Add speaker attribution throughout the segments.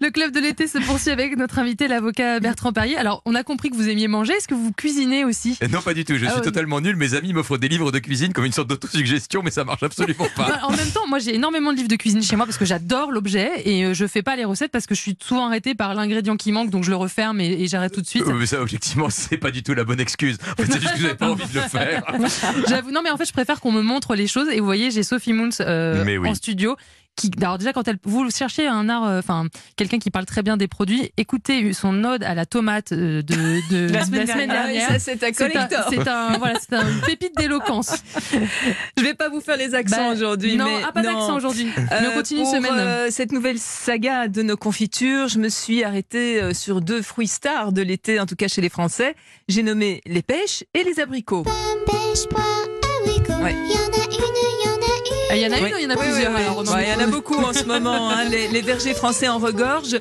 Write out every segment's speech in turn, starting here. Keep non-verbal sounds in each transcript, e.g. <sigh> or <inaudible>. Speaker 1: Le club de l'été se poursuit avec notre invité, l'avocat Bertrand Perrier. Alors, on a compris que vous aimiez manger. Est-ce que vous cuisinez aussi
Speaker 2: Et Eh Non, pas du tout. Je
Speaker 1: Ah
Speaker 2: suis
Speaker 1: ouais.
Speaker 2: totalement nul. Mes amis m'offrent des livres de cuisine comme une sorte d'autosuggestion, mais ça
Speaker 1: <laughs>
Speaker 2: marche absolument
Speaker 3: Ah.
Speaker 2: pas.
Speaker 1: En même temps, moi j'ai énormément de livres de cuisine chez moi parce que j'adore l'objet et euh, je fais pas les recettes parce que je suis souvent arrêtée par l'ingrédient qui manque, donc je le referme et, et j'arrête tout de suite.
Speaker 2: Euh, mais ça, objectivement, c'est pas du tout la bonne excuse. En fait, c'est juste que j'avais pas envie de le faire.
Speaker 1: <laughs> J'avoue, non mais en fait je préfère qu'on me montre les choses et vous voyez j'ai Sophie Moons euh,
Speaker 2: Mais oui.
Speaker 1: en studio. Qui, alors déjà quand elle, vous cherchez un art, euh, enfin quelqu'un qui parle très bien des produits, écoutez son ode à la tomate euh, de, de-
Speaker 3: <laughs> La semaine dernière. Ah
Speaker 1: dernière.
Speaker 3: Ça, c'est ta
Speaker 1: C'est un,
Speaker 3: collector.
Speaker 1: c'est un- voilà, c'est un- une pépite d'éloquence.
Speaker 3: Je vais pas vous faire les accents
Speaker 1: Bah,
Speaker 3: aujourd'hui.
Speaker 1: non,
Speaker 3: mais
Speaker 1: ah, pas
Speaker 3: non.
Speaker 1: d'accent aujourd'hui.
Speaker 3: Euh,
Speaker 1: Mais on continue une
Speaker 3: pour,
Speaker 1: semaine.
Speaker 3: euh, cette nouvelle saga de nos confitures, je me suis arrêtée euh, sur deux fruits stars de l'été, en tout cas chez les Français. J'ai nommé les pêches et les abricots.
Speaker 4: Pêche poire, abricot.
Speaker 3: Ouais.
Speaker 4: Y en a une, y en a une.
Speaker 1: Ah, Il y en a une
Speaker 3: Oui.
Speaker 1: ou il y en a
Speaker 3: Oui,
Speaker 1: plusieurs
Speaker 3: oui, oui.
Speaker 1: alors, Romain
Speaker 3: Ouais, Il y en a beaucoup en ce
Speaker 1: <laughs>
Speaker 3: moment. hein. Les, les vergers français en regorgent.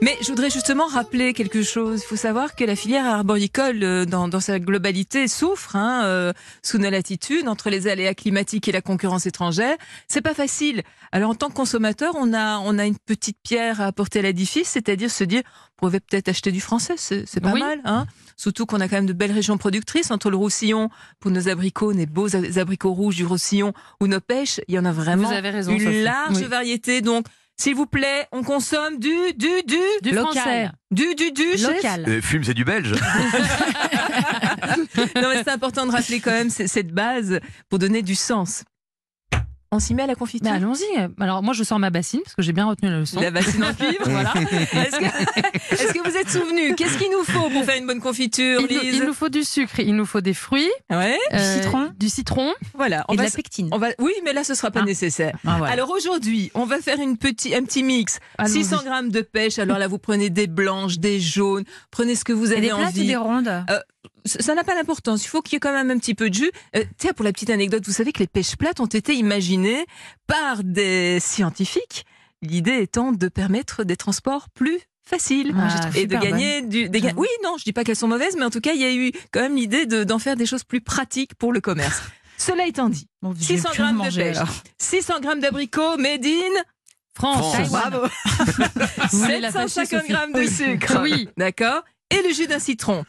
Speaker 3: Mais je voudrais justement rappeler quelque chose. Il faut savoir que la filière arboricole, euh, dans, dans sa globalité, souffre hein, euh, sous nos latitudes, entre les aléas climatiques et la concurrence étrangère. C'est pas facile. Alors, en tant que consommateur, on a, on a une petite pierre à apporter à l'édifice, c'est-à-dire se dire, on pourrait peut-être acheter du français, c'est c'est pas
Speaker 1: Oui.
Speaker 3: mal. Hein Surtout qu'on a quand même de belles régions productrices, entre le Roussillon, pour nos abricots, nos beaux a- abricots rouges du Roussillon, ou nos pêches, il y en a vraiment
Speaker 1: Vous avez raison.
Speaker 3: une
Speaker 1: Sophie.
Speaker 3: large
Speaker 1: Oui.
Speaker 3: variété. Donc, s'il vous plaît, on consomme du, du, du,
Speaker 1: Du français.
Speaker 3: Du, du, du, chef.
Speaker 1: Local.
Speaker 2: Euh, fume, c'est du belge.
Speaker 3: Non, mais c'est important de rappeler quand même c- cette base pour donner du sens. On s'y met à la
Speaker 1: Mais
Speaker 3: confiture.
Speaker 1: Bah, allons-y. Alors moi je sors ma bassine parce que j'ai bien retenu la leçon.
Speaker 3: la bassine en cuivre, voilà. Est-ce que, est-ce que vous êtes souvenu Qu'est-ce qu'il nous faut pour faire une bonne confiture,
Speaker 1: Il nous,
Speaker 3: Lise
Speaker 1: il nous faut du sucre, il nous faut des fruits,
Speaker 3: Ouais,
Speaker 1: euh,
Speaker 5: citron.
Speaker 1: du citron
Speaker 3: voilà. On
Speaker 5: et
Speaker 3: va,
Speaker 5: de la
Speaker 3: s-
Speaker 5: pectine.
Speaker 3: on va, oui, mais là, ce sera pas
Speaker 5: Ah.
Speaker 3: nécessaire.
Speaker 5: Ah, voilà.
Speaker 3: Alors aujourd'hui, on va faire une petit, un petit mix.
Speaker 5: Ah
Speaker 1: Allons-y.
Speaker 3: 600 grammes de pêche. Alors là, vous prenez des blanches, des jaunes, prenez ce que vous
Speaker 5: Et
Speaker 3: avez
Speaker 5: des plates ou
Speaker 3: envie. Euh,
Speaker 5: des rondes
Speaker 3: Ça ça n'a pas d'importance. Il faut qu'il y ait quand même un petit peu de jus. Euh, tiens, pour la petite anecdote, vous savez que les pêches plates ont été imaginées par des scientifiques. L'idée étant de permettre des transports plus faciles
Speaker 1: Ah, j'ai trouvé
Speaker 3: et de
Speaker 1: super
Speaker 3: gagner du. Des
Speaker 5: Ah.
Speaker 3: gains.
Speaker 1: J'avoue.
Speaker 3: Oui, non, je dis pas qu'elles sont mauvaises, mais en tout cas, il y a eu quand même l'idée de- d'en faire des choses plus pratiques pour le commerce. Cela étant dit,
Speaker 5: Bon, j'ai
Speaker 3: 600
Speaker 5: plus
Speaker 3: grammes de
Speaker 5: mangé,
Speaker 3: pêche.
Speaker 5: alors.
Speaker 3: 600 grammes d'abricots, made in
Speaker 1: France.
Speaker 2: France.
Speaker 1: Taïwan.
Speaker 3: Bravo.
Speaker 1: Vous voulez la pêcher,
Speaker 3: 750
Speaker 1: Sophie
Speaker 3: grammes de
Speaker 1: Oui.
Speaker 3: sucre.
Speaker 1: Oui,
Speaker 3: D'accord Et le jus d'un citron.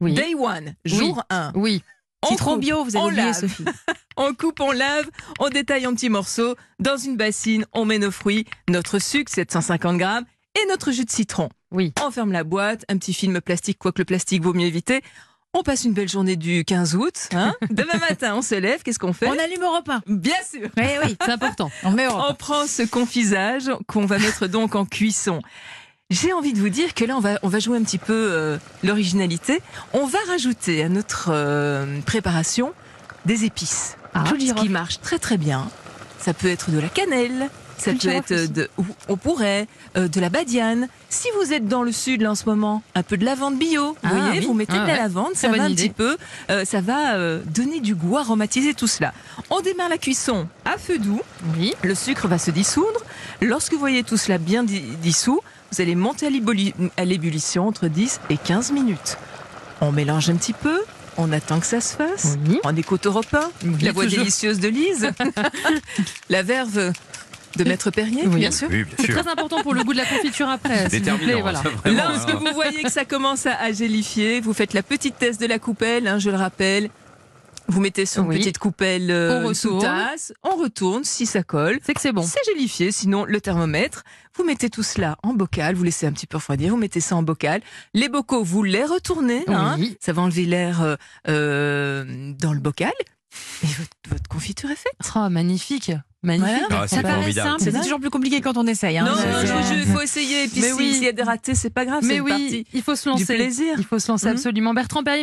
Speaker 1: oui,
Speaker 3: Day one, jour 1.
Speaker 1: oui.
Speaker 5: Citron bio, vous avez
Speaker 3: on
Speaker 5: oublié,
Speaker 3: lave.
Speaker 5: Sophie.
Speaker 3: <laughs> On coupe, on lave, on détaille en petits morceaux. Dans une bassine, on met nos fruits, notre sucre, 750 grammes, et notre jus de citron.
Speaker 1: Oui.
Speaker 3: On ferme la boîte, un petit film plastique, quoique le plastique vaut mieux éviter. On passe une belle journée du 15 août.
Speaker 5: <laughs>
Speaker 3: hein. Demain matin, on se lève, qu'est-ce qu'on fait
Speaker 5: On allume Europe 1.
Speaker 3: Bien sûr
Speaker 5: Oui,
Speaker 3: <laughs>
Speaker 5: oui.
Speaker 1: C'est important.
Speaker 5: On met Europe
Speaker 3: On prend ce confisage qu'on va mettre donc en cuisson. J'ai envie de vous dire que là, on va, on va jouer un petit peu euh, l'originalité. On va rajouter à notre euh, préparation des épices.
Speaker 1: Ah,
Speaker 3: ce qui marche très très bien. Ça peut être de la cannelle, ça
Speaker 5: Une
Speaker 3: peut
Speaker 5: girofle
Speaker 3: être
Speaker 5: aussi.
Speaker 3: de, ou- on pourrait, euh, de la badiane. Si vous êtes dans le sud là en ce moment, un peu de lavande bio.
Speaker 1: Ah,
Speaker 3: vous voyez,
Speaker 1: oui.
Speaker 3: vous mettez
Speaker 1: Ah,
Speaker 3: de la
Speaker 1: ouais.
Speaker 3: lavande, ça
Speaker 1: bonne
Speaker 3: va un
Speaker 1: idée.
Speaker 3: petit peu, euh, ça va euh, donner du goût, aromatiser tout cela. On démarre la cuisson à feu doux.
Speaker 1: Oui.
Speaker 3: Le sucre va se dissoudre. Lorsque vous voyez tout cela bien di- dissous, vous allez monter à l'ébuli- à l'ébullition entre 10 et 15 minutes. On mélange un petit peu, on attend que ça se fasse.
Speaker 1: Oui.
Speaker 3: On écoute européen,
Speaker 1: Oui,
Speaker 3: la voix
Speaker 1: toujours.
Speaker 3: délicieuse
Speaker 1: <laughs>
Speaker 3: de Lise, la verve de Maître Perrier,
Speaker 1: Oui.
Speaker 3: bien sûr.
Speaker 2: Oui, bien
Speaker 1: C'est
Speaker 2: sûr.
Speaker 1: très important pour le goût de la confiture après. s'il vous plaît,
Speaker 2: Déterminant.
Speaker 1: voilà.
Speaker 2: ça, vraiment,
Speaker 3: Lorsque
Speaker 2: hein.
Speaker 3: vous voyez que ça commence à, à gélifier, vous faites la petite test de la coupelle, hein, je le rappelle. Vous mettez sur une
Speaker 1: Oui.
Speaker 3: petite coupelle euh,
Speaker 1: On
Speaker 3: sous
Speaker 1: retourne.
Speaker 3: tasse, on retourne si ça colle.
Speaker 1: C'est que c'est bon.
Speaker 3: C'est gélifié, sinon le thermomètre. Vous mettez tout cela en bocal, vous laissez un petit peu refroidir, vous mettez ça en bocal. Les bocaux, vous les retournez. hein.
Speaker 1: Oui.
Speaker 3: ça va enlever l'air euh, euh, dans le bocal. Et votre, votre confiture est faite.
Speaker 1: Oh, magnifique. Magnifique.
Speaker 2: Ah, c'est
Speaker 5: Ça paraît
Speaker 2: formidable.
Speaker 5: simple,
Speaker 3: C'est
Speaker 5: mais
Speaker 3: dingue.
Speaker 5: c'est toujours plus compliqué quand on essaye. hein.
Speaker 3: Hein non,
Speaker 5: C'est-
Speaker 3: non,
Speaker 1: c'est-
Speaker 3: je- je- il faut essayer. Et puis
Speaker 1: Mais
Speaker 3: si-
Speaker 1: oui.
Speaker 3: s'il y a des ratés, Ah, c'est pas grave, c'est
Speaker 1: Mais
Speaker 3: une
Speaker 1: oui,
Speaker 3: partie
Speaker 1: il faut se
Speaker 3: du
Speaker 1: lancer.
Speaker 3: plaisir.
Speaker 1: Il faut se lancer
Speaker 3: Mhm.
Speaker 1: absolument. Bertrand Perrier,